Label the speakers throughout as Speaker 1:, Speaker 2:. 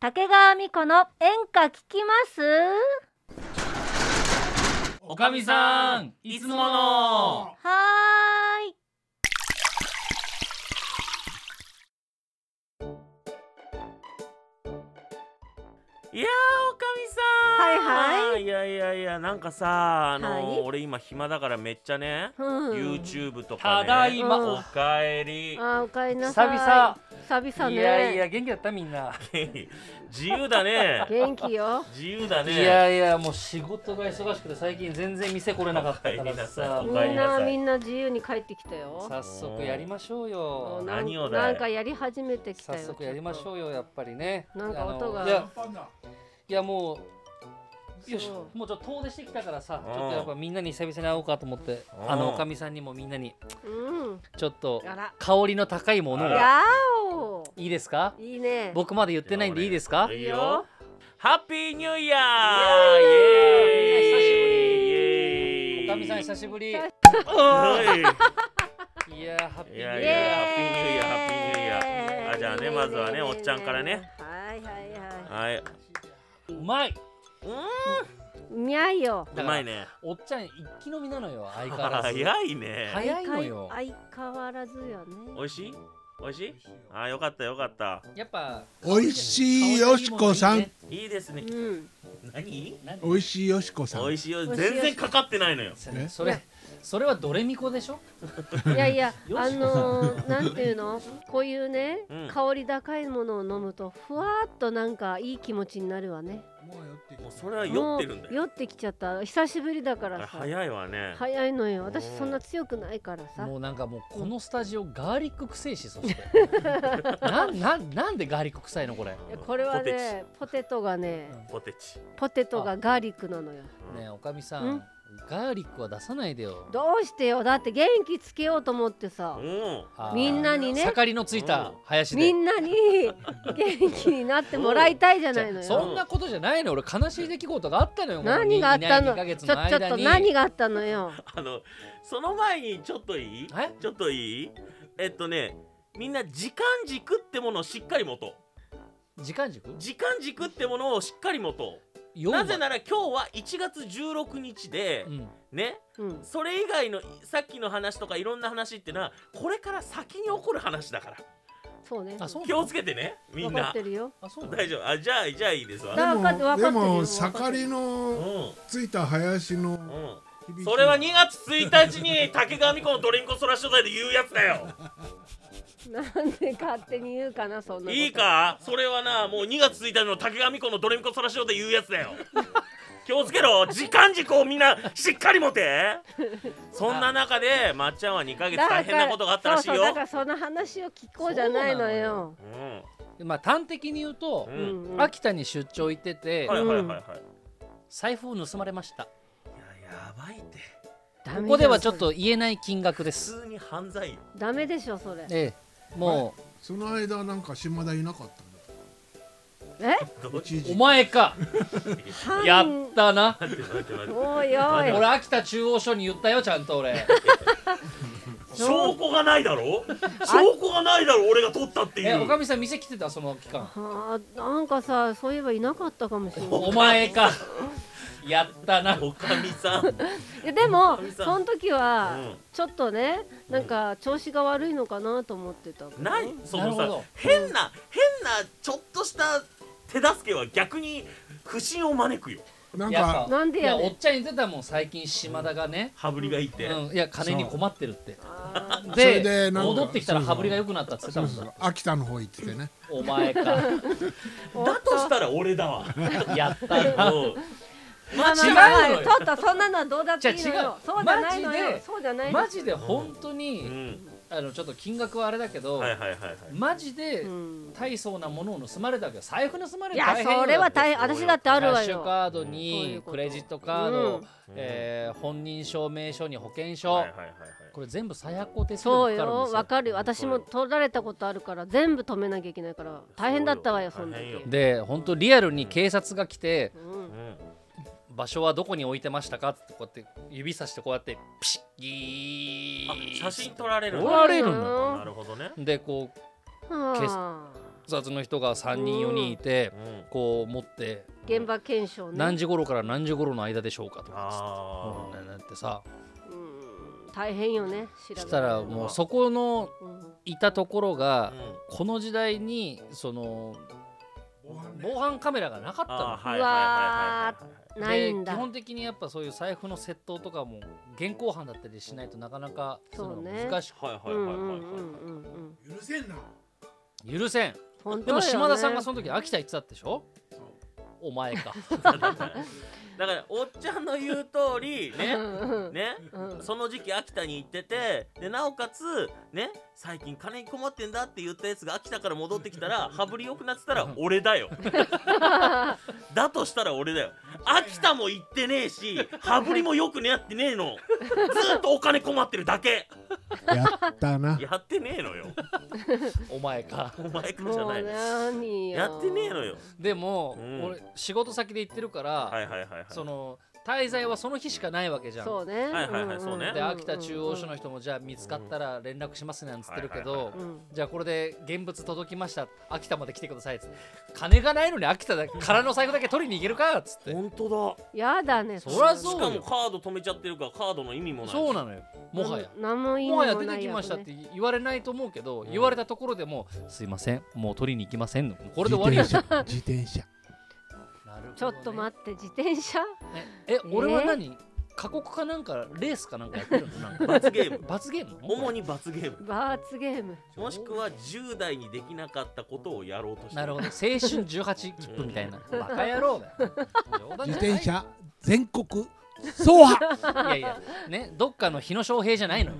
Speaker 1: 竹川美子の演歌聞きます
Speaker 2: おかみさんいつもの
Speaker 1: はーい
Speaker 2: いやーおかみさん
Speaker 1: はいはい
Speaker 2: やいやいやなんかさあの
Speaker 1: は
Speaker 2: ー
Speaker 1: い
Speaker 2: 俺今暇だからめっちゃね、
Speaker 1: うん
Speaker 2: YouTube とかね
Speaker 3: ただい
Speaker 1: ま
Speaker 2: おかえり
Speaker 1: あーおかえりなさい
Speaker 3: 久々
Speaker 1: 久々ね
Speaker 3: いやいや元気だったみんな、
Speaker 2: 自由だね
Speaker 1: 元気よ
Speaker 2: 自由だね
Speaker 3: いやいやもう仕事が忙しくて最近全然店来れなかったからさ
Speaker 2: おか
Speaker 1: み
Speaker 2: え
Speaker 1: ん
Speaker 2: りな
Speaker 1: な
Speaker 2: さ
Speaker 1: いみんな自由に帰ってきたよ
Speaker 3: 早速やりましょう
Speaker 1: もう
Speaker 3: よ
Speaker 1: なん
Speaker 2: 何をだい
Speaker 1: なんかやり始めてきた
Speaker 3: 早
Speaker 1: よ
Speaker 3: 速やりまし
Speaker 1: う
Speaker 3: ょうよやっぱりね
Speaker 1: なんか音が
Speaker 3: あのいやいやもうよし
Speaker 1: そう
Speaker 3: もうちょっと遠出してきたからさ
Speaker 2: うん
Speaker 3: ちょっとやっぱみんなに久々に会おうかと思って
Speaker 2: うん
Speaker 3: あのおかみさんにもみんなに
Speaker 1: うん
Speaker 3: ちょっと
Speaker 1: あら
Speaker 3: 香りの高いものを
Speaker 2: あら
Speaker 1: やお
Speaker 3: いいですか
Speaker 1: いいね
Speaker 3: 僕まで言ってないんでいいですか
Speaker 2: い
Speaker 1: い
Speaker 2: い
Speaker 1: い
Speaker 2: よ
Speaker 1: よ
Speaker 2: ハッピーニューイヤー
Speaker 3: イエーイ
Speaker 2: イエーイ
Speaker 3: おかみさん久しぶりいや
Speaker 2: はい
Speaker 3: ハッピー
Speaker 2: い
Speaker 3: ニ
Speaker 2: やい
Speaker 3: ューイ
Speaker 2: や
Speaker 3: ヤー
Speaker 2: ハッピーニューイヤーハッピーニューイヤーあじゃあねまずはねおっちゃんからね
Speaker 1: はいはいは
Speaker 2: はいう
Speaker 3: まい
Speaker 1: いみゃいよ
Speaker 2: うまいね
Speaker 3: おっちゃん一気飲みなのよ相変わらず
Speaker 2: 早いね
Speaker 3: はい早いのよ
Speaker 1: 相変わらずよ
Speaker 2: 美
Speaker 1: ね
Speaker 2: 味しい美味しいあーよかったよかった
Speaker 3: やっぱ
Speaker 4: おいしいよしこさん
Speaker 2: いいですね
Speaker 1: うん
Speaker 2: 何
Speaker 4: おいしいよしこさん
Speaker 2: 美味しいよ全然かかってないのよ
Speaker 3: そ
Speaker 4: え
Speaker 3: れそれそれはドレミコでしょ
Speaker 1: いやいや
Speaker 3: よし
Speaker 1: あのー、なんていうのこういうね、
Speaker 2: うん
Speaker 1: 香り高いものを飲むとふわっとなんかいい気持ちになるわね
Speaker 2: もうそれは酔
Speaker 1: も
Speaker 2: っ
Speaker 1: う
Speaker 2: てるんだよ
Speaker 1: 酔ってきちゃった久しぶりだか
Speaker 2: あれ
Speaker 1: らさ
Speaker 2: 早いわね
Speaker 1: 早いのよ私
Speaker 2: うん
Speaker 1: そんな強くないからさ
Speaker 3: もうなんかもうこのスタジオガーリック臭いしそして なんなんなんでガーリック臭いのこれね
Speaker 1: いやこれはねポテトがね
Speaker 2: ポテチ
Speaker 1: ポテトがガーリックなのよ
Speaker 3: えおかみさ
Speaker 1: うん
Speaker 3: んガーリックは出さないでよ
Speaker 1: どうしてよだって元気つけようと思ってさ
Speaker 2: ポテチうん
Speaker 3: あー
Speaker 1: みんなにね
Speaker 3: 盛りのついた林で
Speaker 1: みんなに元気になってもらいたいじゃないの
Speaker 3: じゃあそ
Speaker 1: よ
Speaker 3: んなことじゃないの俺悲しい出来事があったのよこの
Speaker 1: 何があったのちょ
Speaker 3: 2年2ヶ月
Speaker 1: ちょ
Speaker 3: の間に
Speaker 1: っと何があったのよ
Speaker 2: あのその前にちょっといい
Speaker 3: え
Speaker 2: ちょっといいえっとねみんな時間軸ってものをしっかり持とう
Speaker 3: 時間軸
Speaker 2: 時間軸ってものをしっかり持とう
Speaker 3: 4
Speaker 2: なぜなら今日は1月16日で
Speaker 3: う、ん
Speaker 2: ね
Speaker 1: うん
Speaker 2: それ以外のさっきの話とかいろんな話ってのはこれから先に起こる話だから
Speaker 1: そうね
Speaker 3: あそう
Speaker 2: 気をつけてねみん
Speaker 1: わか
Speaker 2: な
Speaker 1: ってるよ
Speaker 3: あそうなの
Speaker 2: 大丈夫あじゃあじゃあいいですわ
Speaker 1: だ分かってる分か
Speaker 4: で
Speaker 1: ってるよ
Speaker 4: も盛り
Speaker 2: う
Speaker 4: の
Speaker 2: ん
Speaker 4: ついた林の
Speaker 2: うん
Speaker 4: 響き
Speaker 2: それは2月1日に竹川美子のドリンコソラ所在で言うやつだよ
Speaker 1: なんで勝手に言うかなそんなこと
Speaker 2: いいかそれはなもう2月1日の竹上子のドレミコそらしようで言うやつだよ気をつけろ時間軸をみんなしっかり持てそんな中でまっちゃんは2ヶ月
Speaker 1: だから
Speaker 2: 大変なことがあったらしい
Speaker 1: そうそう
Speaker 2: よ
Speaker 1: だからその話を聞こうじゃないのよ
Speaker 2: うん
Speaker 3: まあ端的に言うと
Speaker 2: う、
Speaker 1: うん
Speaker 2: ん
Speaker 1: うん
Speaker 3: 秋田に出張行ってて、
Speaker 2: はいはいはいはい
Speaker 3: 財布を盗まれました
Speaker 2: いややばいって
Speaker 1: ダメじゃ
Speaker 3: こ
Speaker 1: ん
Speaker 3: こではちょっと言えない金額で
Speaker 2: 普
Speaker 3: す
Speaker 2: 通に犯罪よ
Speaker 1: ダメでしょそれ
Speaker 3: ええも
Speaker 4: その間なんか島田いなかったんだ
Speaker 1: え
Speaker 2: どうし
Speaker 4: 一
Speaker 3: うお
Speaker 4: 時
Speaker 3: 前か
Speaker 1: 犯
Speaker 3: やったな
Speaker 2: 待って 待って待って
Speaker 1: おいおい
Speaker 3: 俺秋田中央署に言ったよちゃんと俺
Speaker 2: 証拠がないだろ証拠がないだろ俺が取ったってい
Speaker 3: えお
Speaker 2: う
Speaker 3: かみさん店来てたその期間
Speaker 1: はあなんかさそういえばいなかったかもしれない
Speaker 3: お前かやったな
Speaker 2: おかみさん、うん、
Speaker 1: いやでも
Speaker 2: 神さん
Speaker 1: その時はちょっとねなんか調子が悪いのかなと思ってたけど
Speaker 2: ないその
Speaker 3: なるほ
Speaker 2: さ
Speaker 3: ど
Speaker 2: 変な変なちょっとした手助けは逆に不審を招くよ
Speaker 4: なん
Speaker 3: やっぱ
Speaker 4: か
Speaker 1: なんでやねん
Speaker 3: いおっちゃんに出たもん最近島田がね、
Speaker 2: 羽振りがいいって、
Speaker 3: うん、いや金に困ってるって
Speaker 1: あ
Speaker 4: それ
Speaker 3: で
Speaker 4: でなんか
Speaker 3: 戻ってきたら羽振りが良くなったって言ってた
Speaker 4: そ
Speaker 3: も
Speaker 4: うんそ
Speaker 3: な
Speaker 4: う秋田の方行っててね
Speaker 3: お 前か
Speaker 1: ー
Speaker 2: だとしたら俺だわ
Speaker 3: やったな
Speaker 2: うん
Speaker 1: まあまあまあまあ
Speaker 3: 違うのよ
Speaker 1: ちょっとそんなのはどうだっていいの
Speaker 3: じゃあ違う
Speaker 1: よそうじゃないの
Speaker 3: マジ
Speaker 1: よ
Speaker 3: で
Speaker 1: そうじゃないの
Speaker 3: マジで本当
Speaker 2: う
Speaker 3: に、
Speaker 2: ん
Speaker 3: あのちょっと金額はあれだけど、
Speaker 2: はいはいはいはい
Speaker 3: マジで
Speaker 1: うん
Speaker 3: 大層なものを盗まれたわけど財布盗まれ
Speaker 1: い
Speaker 3: た
Speaker 1: やそれは大変私だってあるわ
Speaker 3: キャッシュ
Speaker 1: よ
Speaker 3: カー
Speaker 1: そ
Speaker 3: ド
Speaker 1: ういう
Speaker 3: に
Speaker 1: こと
Speaker 3: クレジットカード、
Speaker 1: うん
Speaker 3: えー本人証明書に保険証、
Speaker 2: はいはいはい
Speaker 3: これ全部最悪を手数料
Speaker 1: そう
Speaker 3: かかるんで
Speaker 1: よ
Speaker 3: すよ
Speaker 1: わかるよ私も取られたことあるから全部止めなきゃいけないから大変だったわよそ
Speaker 2: そうよ
Speaker 1: の時
Speaker 2: 大変よ
Speaker 3: で本当リアルに警察が来て
Speaker 1: うん
Speaker 2: うん
Speaker 3: 場所はどこに置いてましたかってこうやって指さしてこうやってピシッギ
Speaker 2: あ
Speaker 3: ー
Speaker 2: 写真撮られる
Speaker 3: 撮られるんだ
Speaker 2: なるほどね
Speaker 3: でこう
Speaker 1: はあ
Speaker 3: 消察の人が3人4人いて
Speaker 2: うん
Speaker 3: こう持って
Speaker 1: 現場検証ね
Speaker 3: 何時頃から何時頃の間でしょうかとか
Speaker 2: あ
Speaker 3: つってうんなってさ
Speaker 1: うん大変よね調べるの
Speaker 3: したらもうそこの
Speaker 1: うん
Speaker 3: いたところ
Speaker 2: あ
Speaker 3: がこの時代にその防犯カメラがなかったの
Speaker 2: あ。ーはいうはい
Speaker 1: わ
Speaker 2: はいはいはい
Speaker 3: で
Speaker 1: ないん
Speaker 3: 基
Speaker 1: だ
Speaker 3: 本的にやっぱそういう財布の窃盗とかも現行犯だったりしないとなかなかそ
Speaker 1: そう
Speaker 3: の
Speaker 1: ね
Speaker 3: 難しく、
Speaker 2: はいは
Speaker 1: う
Speaker 2: い
Speaker 1: ん
Speaker 2: は
Speaker 1: う
Speaker 2: い
Speaker 1: ん
Speaker 2: はい
Speaker 1: うん
Speaker 2: は
Speaker 1: うんうん
Speaker 4: 許せんな
Speaker 3: 許せん
Speaker 1: 本当
Speaker 3: でも
Speaker 1: よね
Speaker 3: 島田さんがその時秋田行ってたってしょお 前か
Speaker 2: いだから だからおっちゃんの言う通り
Speaker 1: う
Speaker 2: ね
Speaker 1: んうん
Speaker 2: ね
Speaker 1: うん
Speaker 2: その時期秋田に行っててでなおかつね最近金に困ってんだって言ったやつが秋田から戻ってきたら羽振り良くなってたら俺だ よだとしたら俺だよ秋田も行ってねえし羽振りも良くねやってねえのずっとお金困ってるだけ
Speaker 4: やったな
Speaker 2: やってねえのよ
Speaker 3: お前か
Speaker 2: お前かじゃ
Speaker 1: もう
Speaker 2: ない
Speaker 1: 何よ
Speaker 2: やってねえのよ
Speaker 3: でも、
Speaker 2: うん
Speaker 3: 俺仕事先で行ってるから、
Speaker 2: はいはいはいはい
Speaker 3: その滞在はその日しかないわけじゃん
Speaker 1: そうね
Speaker 2: はいはいはい
Speaker 1: んん
Speaker 2: そうね
Speaker 3: で秋田中央署の人もじゃあ見つかったら連絡しますなんつってるけど、
Speaker 2: はいはいは
Speaker 1: うん
Speaker 3: じゃあこれで現物届きました秋田まで来てくださいっつって金がないのに秋田だ空の財布だけ取りに行けるかっつって
Speaker 2: 本当
Speaker 1: やだね
Speaker 3: そりゃ
Speaker 1: んな
Speaker 2: だ
Speaker 3: そ
Speaker 2: し
Speaker 3: うよ
Speaker 2: かもカード止めちゃってるからカードの意味もない
Speaker 3: そうなのよもはや
Speaker 1: 何も意味
Speaker 3: も
Speaker 1: も
Speaker 3: は
Speaker 1: ない
Speaker 3: や出てきましたって言われないと思うけど、
Speaker 2: うん
Speaker 3: 言われたところでもうすいませんもう取りに行きませんのこれで終わりやし
Speaker 4: 自 転車
Speaker 1: ちょっと待って自転車
Speaker 3: ええ俺は何、過酷かなんかレースかなんかやってるのなん か
Speaker 2: 罰ゲーム
Speaker 3: 罰ゲーム
Speaker 2: 主に罰ゲーム
Speaker 1: 罰ゲーム
Speaker 2: もしくは10代にできなかったことをやろうとして
Speaker 3: なるほど青春18切符みたいなバカ野郎だよ冗談じゃな
Speaker 4: 自
Speaker 3: い
Speaker 4: 転車全国走破
Speaker 3: いやいやねどっかの日野翔平じゃないの よ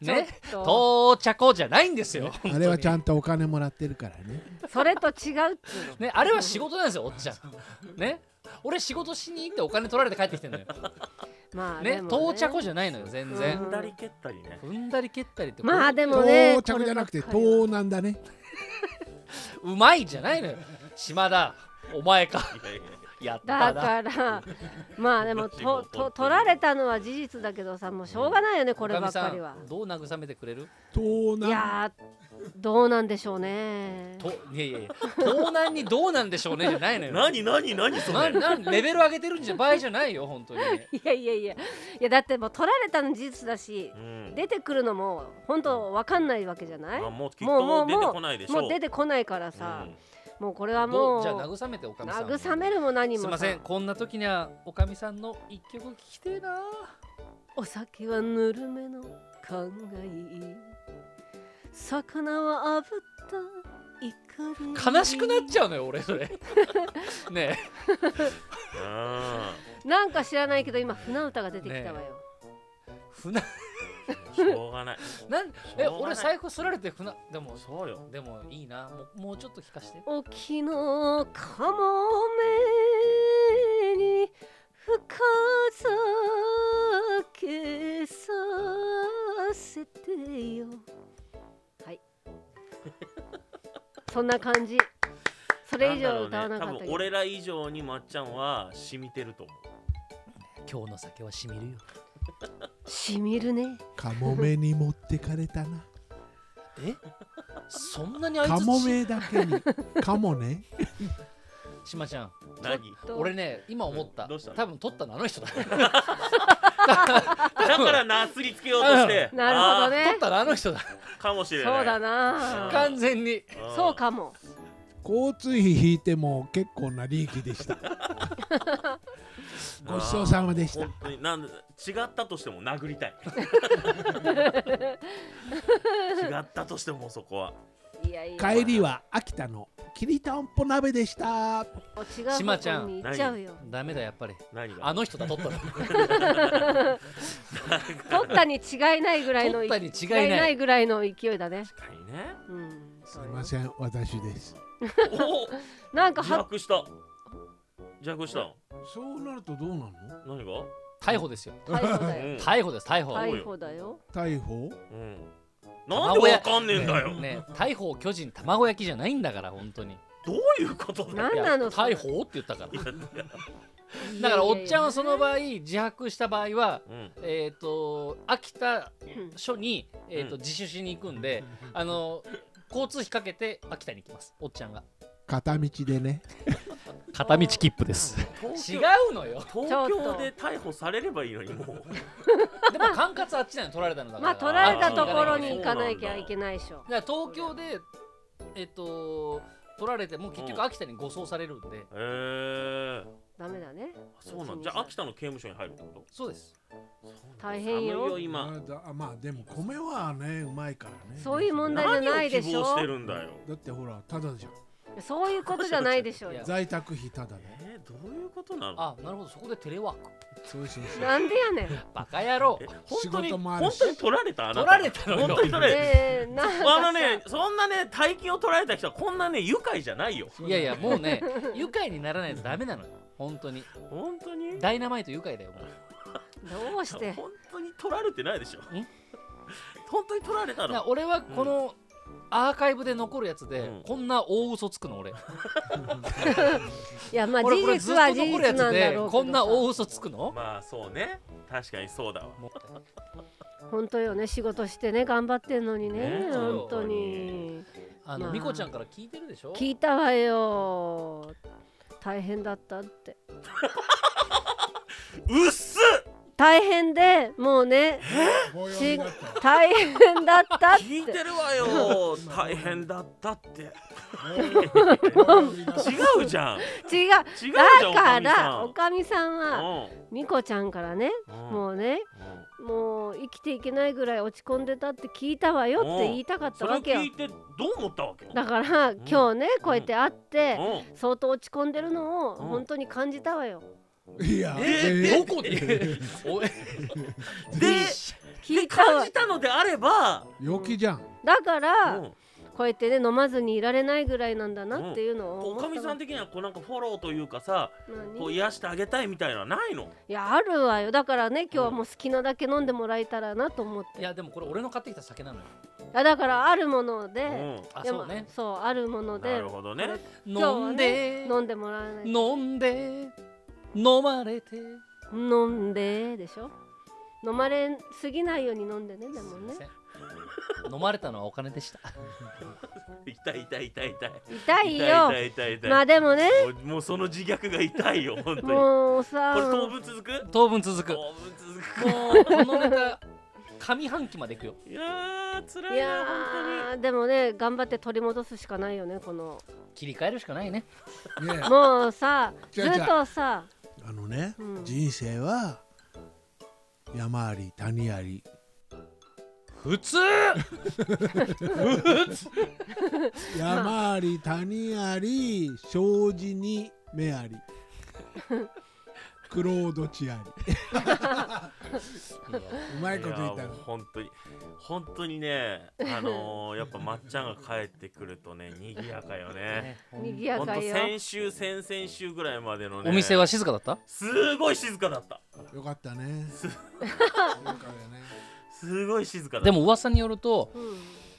Speaker 3: ね
Speaker 1: ちょっと
Speaker 3: 到着じゃないんで すよ
Speaker 4: あれはちゃ
Speaker 3: ん
Speaker 4: んとお金もらってるからね
Speaker 1: それと違うっつうの
Speaker 3: ねあれは仕事なんですよおっちゃんね俺仕事しに行ってお金取られて帰ってきてんのよ
Speaker 1: まあ
Speaker 3: ね
Speaker 1: でも
Speaker 3: 到着じゃないのよ全然
Speaker 2: 踏んだり蹴ったりね
Speaker 3: 踏んだり蹴ったりって
Speaker 1: まあでもね
Speaker 4: 到着じゃなくて
Speaker 1: こればっかりは
Speaker 4: 盗難だね
Speaker 3: うまいじゃないのよ島田お前か
Speaker 2: いやいやいや
Speaker 3: やった
Speaker 1: だ
Speaker 3: な
Speaker 1: からまあでも
Speaker 2: どっ
Speaker 1: と
Speaker 2: ちも本当
Speaker 1: と
Speaker 2: に
Speaker 1: 取られたのは事実だけどさもうしょうがないよねこればっかり
Speaker 3: お
Speaker 1: は
Speaker 3: かみさんどう慰めてくれる
Speaker 4: 盗
Speaker 1: い
Speaker 4: 難
Speaker 1: やーどうなんでしょうね
Speaker 3: といやいやいや盗難にどうなんでしょうねじゃないのよ
Speaker 2: 何何何そ
Speaker 3: な
Speaker 2: れ
Speaker 3: なレベル上げてるんじゃ場合じゃないよ本当に
Speaker 1: いやいやいやいやだってもう取られたの事実だし
Speaker 2: うん
Speaker 1: 出てくるのも本当わかんないわけじゃない
Speaker 2: あもうきっ
Speaker 1: もうも
Speaker 2: と
Speaker 1: う
Speaker 2: 出てこないでしょ
Speaker 1: もう出てこないからさ、もうこれは
Speaker 3: ど
Speaker 1: も
Speaker 3: う
Speaker 1: う
Speaker 3: じゃあ慰めておかみさん
Speaker 1: 慰めるも何も
Speaker 3: すい
Speaker 1: さ
Speaker 3: ませんこんな時にはおかみさんの一曲聴きてえな
Speaker 1: お酒はぬるめの考え魚は炙った怒り
Speaker 3: 悲しくなっちゃうのよ俺そ れね
Speaker 1: なんか知らないけど今船歌が出てきたわよ、
Speaker 3: え
Speaker 2: う
Speaker 3: 船
Speaker 2: んしょうがない
Speaker 3: なん
Speaker 2: し
Speaker 3: え
Speaker 2: ょうがない
Speaker 3: 俺財布すられて船でも
Speaker 2: そうよ
Speaker 3: でもいいなもうもうちょっと聞かして
Speaker 1: 沖のカモメに深酒させてよはいそんな感じそれ以上歌わなかった
Speaker 2: んだろう
Speaker 1: け
Speaker 2: ね多分
Speaker 1: ど、
Speaker 2: 俺ら以上にまっちゃんは染みてると思う
Speaker 3: 今日の酒はしみるよ
Speaker 1: しみるね
Speaker 4: カモメに持ってかれたな
Speaker 3: えそんなにあいつ
Speaker 4: カモメだけ にカモね
Speaker 3: ししまちゃん
Speaker 2: 何
Speaker 1: と
Speaker 3: 俺ね今思った,、
Speaker 2: うんどうしたの
Speaker 3: 多分取ったのあの 人だ取っ
Speaker 2: だからなすりつけようと して
Speaker 1: なるほどね
Speaker 3: たのあの人だ
Speaker 2: あーかもしれない
Speaker 1: そうだな
Speaker 2: か
Speaker 3: 完全に
Speaker 2: ん
Speaker 1: そうかも
Speaker 4: 交通費引いても結構な利益でした ごちそうさまでした
Speaker 2: 本当になんで違ったとしても殴りた い違ったとしてもそこはい
Speaker 1: やいや
Speaker 4: 帰りは秋田のきりたんぽ鍋でした
Speaker 1: もう違う
Speaker 3: 島ちゃ
Speaker 1: 方
Speaker 3: ん
Speaker 1: 向に行っちゃうよ
Speaker 3: ダメだやっぱり
Speaker 2: 何が
Speaker 3: あの人だ取 ったの
Speaker 1: 取ったに違いないぐらいの
Speaker 3: 取ったに違いない
Speaker 1: 違いないぐらいの勢いだね、
Speaker 2: 確かにね
Speaker 1: うん、
Speaker 4: すいません私です
Speaker 2: おお
Speaker 1: なんか
Speaker 2: 自
Speaker 1: は
Speaker 2: 白した自白したの
Speaker 4: そうなるとどうなの
Speaker 2: 何が
Speaker 3: 逮捕ですよ
Speaker 1: 逮捕だ
Speaker 2: う
Speaker 1: よ
Speaker 2: ん
Speaker 3: 逮捕です逮捕
Speaker 1: 逮捕だよ
Speaker 4: 逮捕
Speaker 2: うんなんでわかんねえんだよ、
Speaker 3: ねえ逮捕巨人卵焼きじゃないんだから本当に
Speaker 2: どういうことだよ
Speaker 1: 何なの
Speaker 3: いや逮捕って言ったからだ
Speaker 1: だ
Speaker 3: からおっちゃんはその場合自白した場合は
Speaker 2: うん
Speaker 3: えっ、と秋田署に、えーと自首しに行くんであの交通費かけて秋田に行きますおっちゃんが
Speaker 4: 片道でね
Speaker 1: 片道切
Speaker 3: 符です違
Speaker 2: 東京
Speaker 3: うのよ
Speaker 2: 東京で逮捕されればいいのにもう
Speaker 3: でも管轄あっちなの取られたのだか
Speaker 1: ま
Speaker 3: ら
Speaker 1: あ取られたところ
Speaker 2: あ
Speaker 1: に
Speaker 2: ー
Speaker 1: 行かなきゃいけないでしょ
Speaker 3: だから東京でえっと取られてもう結
Speaker 2: うん
Speaker 3: 局秋田に護送されるんで
Speaker 2: へえ
Speaker 1: ダメだね
Speaker 2: そうなんじゃあ秋田の刑務所に入るってこと
Speaker 3: そうです
Speaker 1: 大変よ
Speaker 2: 寒いよ今
Speaker 4: まあだまあでも米はねうまいからね
Speaker 1: そういう問題
Speaker 2: 何
Speaker 1: じゃない
Speaker 2: を希
Speaker 1: でしょ
Speaker 2: 望してるんだよ
Speaker 4: だってほらただじゃん
Speaker 1: そういうことじゃないでしょうよ
Speaker 4: 在宅費ただね
Speaker 2: えーどういうことなの
Speaker 3: あなるほどそこでテレワーク
Speaker 4: そうそうそう
Speaker 1: なんでやねん
Speaker 3: バカ野郎
Speaker 2: え本当に
Speaker 4: 仕事もあ
Speaker 2: 本
Speaker 4: るし
Speaker 2: 当に取られたあな
Speaker 3: 取られたのよ
Speaker 2: 本当に取られた
Speaker 1: ねえなんかさ
Speaker 2: あのね、そんなね、大金を取られた人はこんなね、愉快じゃないよ。
Speaker 3: いやいやもうね愉快にならないとダメなのよ本当に
Speaker 2: 本当に
Speaker 3: ダイナマイト愉快だよもう
Speaker 1: どうして
Speaker 2: 本当に取られてないでしょ
Speaker 3: ん。
Speaker 2: 本当に取られた
Speaker 3: だから
Speaker 2: の。
Speaker 3: 俺はこのアーカイブで残るやつで、
Speaker 2: うん
Speaker 3: こんな大嘘つくの俺
Speaker 1: いやまあ
Speaker 3: 俺
Speaker 1: 事
Speaker 3: これ
Speaker 1: 実は事実なんだろうけ
Speaker 3: で
Speaker 1: どさ
Speaker 3: こんな大嘘つくの
Speaker 2: まあそうね、確かにそうだわ。
Speaker 3: もう
Speaker 1: 本当よね仕事してね頑張ってんのにね
Speaker 2: ね
Speaker 1: 本当に
Speaker 3: あの、
Speaker 1: まあ
Speaker 3: みこちゃんから聞いてるでしょ
Speaker 1: 聞いたわよ大変だったって
Speaker 2: うっす
Speaker 1: 大変でもうね
Speaker 4: 棒読み
Speaker 1: し
Speaker 4: だったよ
Speaker 1: 大変だったっ
Speaker 2: 聞い
Speaker 1: て
Speaker 2: てるわよ 大変だったって。
Speaker 4: 棒読みだった
Speaker 2: 違うじゃん
Speaker 1: 違う
Speaker 2: 違うじゃん
Speaker 1: だ
Speaker 2: お
Speaker 1: か
Speaker 2: から
Speaker 1: お
Speaker 2: み
Speaker 1: かみさん
Speaker 2: さん
Speaker 1: はみこちゃんからね
Speaker 2: うん。うん
Speaker 1: もうね
Speaker 2: うん
Speaker 1: もう生きていけないぐらい落ち込んでたって聞いたわよって言いたかった
Speaker 2: それを
Speaker 1: わけよ
Speaker 2: 聞いてどう思ったわけ
Speaker 1: だから今日ねこうやって会って
Speaker 2: うん
Speaker 1: 相当落ち込んでるのを
Speaker 2: うん
Speaker 1: 本当に感じたわよ
Speaker 4: いや
Speaker 2: え
Speaker 3: どこで おい
Speaker 2: で、
Speaker 1: 聞いた
Speaker 2: 感
Speaker 1: わ
Speaker 2: じたのであれば、
Speaker 4: 陽気じゃん
Speaker 1: だか
Speaker 2: う
Speaker 1: ら
Speaker 2: ん
Speaker 1: こうやってね飲まずにいられないぐらいなんだなっていうのを
Speaker 2: お
Speaker 1: 思った
Speaker 2: か
Speaker 1: の
Speaker 2: みさん的にはこうなんかフォローというかさこ
Speaker 1: 何
Speaker 2: う
Speaker 1: い
Speaker 2: 癒してあげたいみたいなのはないの
Speaker 1: やあるわよだからね今日はもう好きなだけ飲んでもらえたらなと思って
Speaker 3: いやでもこれ俺の買ってきた酒なのよ
Speaker 1: あだからあるもので、
Speaker 2: う
Speaker 3: あ
Speaker 1: でも
Speaker 3: そうね
Speaker 1: そうあるもの
Speaker 2: んな
Speaker 1: で
Speaker 2: るほどね
Speaker 1: 今日は
Speaker 3: 飲んで、
Speaker 1: ね飲んでもらわない
Speaker 3: 飲んで飲まれて
Speaker 1: 飲んででしょ飲まれすぎないように飲んでねですも
Speaker 3: い
Speaker 1: ね
Speaker 3: ません飲まれたのはお金でした
Speaker 2: 痛い痛い痛い痛い
Speaker 1: 痛いよ
Speaker 2: 痛い痛い痛い
Speaker 1: まあでもね
Speaker 2: もうもうその自虐が 痛いよ本当にこ
Speaker 1: もう
Speaker 2: れ
Speaker 1: さ
Speaker 2: 当分続く
Speaker 3: 当分続くも
Speaker 2: 当分続
Speaker 3: うこのネタ上半期までいくよ
Speaker 2: くいやー辛
Speaker 1: い
Speaker 2: い
Speaker 1: や
Speaker 2: な本
Speaker 1: ーでもね頑張って取り戻すしかないよねこの
Speaker 3: 切り替えるしかないね
Speaker 4: いや
Speaker 1: もうさず
Speaker 4: 違う違う
Speaker 1: っとさ
Speaker 4: あのね、
Speaker 1: うん
Speaker 4: 人生は山あり谷あり
Speaker 3: 普通
Speaker 4: 山あり谷あり障子に目あ りクロード地ありうまいこと言っ
Speaker 2: 当にい
Speaker 4: た
Speaker 2: や
Speaker 4: の
Speaker 2: もう本当に本当にねあのー、やっぱまっちゃんが帰ってくる とね賑やかよね
Speaker 1: 賑
Speaker 3: や
Speaker 1: や
Speaker 2: 本
Speaker 1: か
Speaker 2: 当
Speaker 1: よ
Speaker 2: 先週先々週ぐらいまでのね
Speaker 3: お店は静かだった
Speaker 2: すごい静かだった
Speaker 4: よかった ねよかったね
Speaker 2: すごい静かだった
Speaker 3: でも噂によると
Speaker 1: う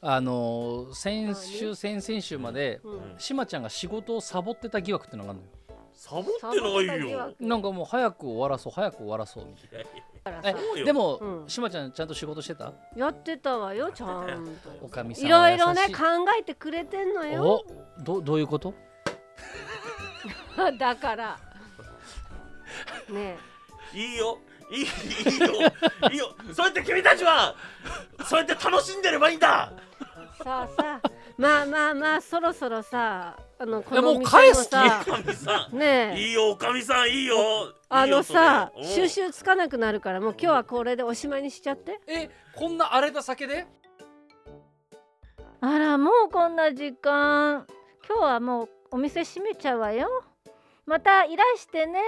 Speaker 3: あのー先
Speaker 1: 何
Speaker 3: 週先々週まで
Speaker 1: んうん
Speaker 2: うん
Speaker 3: しまちゃんが仕事をサボってた疑惑ってのがあるのよ
Speaker 2: サボってないよ
Speaker 3: なんかもう早く終わらそう早く終わらそうみた
Speaker 2: いや
Speaker 3: い
Speaker 2: い
Speaker 1: だからさ
Speaker 3: え
Speaker 2: そうよ
Speaker 3: なでも
Speaker 1: うん
Speaker 3: しまちゃんちゃんと仕事してた
Speaker 1: やってたわよちゃん
Speaker 3: お
Speaker 1: と
Speaker 3: かみさん
Speaker 1: いろ
Speaker 3: はい
Speaker 1: ろね
Speaker 3: 優
Speaker 1: 考えてくれてんの
Speaker 3: しい
Speaker 1: よ
Speaker 3: おどどういうこと
Speaker 1: だからね
Speaker 2: いいよいいい いよいいよそうやって君たちはそうやって楽しんでればいいんだ
Speaker 1: えさあさあまあまあまあそろそろさあのこの
Speaker 3: もう
Speaker 1: 店
Speaker 3: 返
Speaker 1: も
Speaker 3: す気
Speaker 1: さ
Speaker 2: おかみさん
Speaker 1: ねえ
Speaker 2: いいよおかみさんいいよ
Speaker 1: あのさ
Speaker 2: いいよそれ
Speaker 1: 収集つかなくなるからもう今日はこれでおしまいにしちゃって
Speaker 3: えこんな荒れた酒で
Speaker 5: あらもうこんな時間今日はもうお店閉めちゃうわよまたいらしてね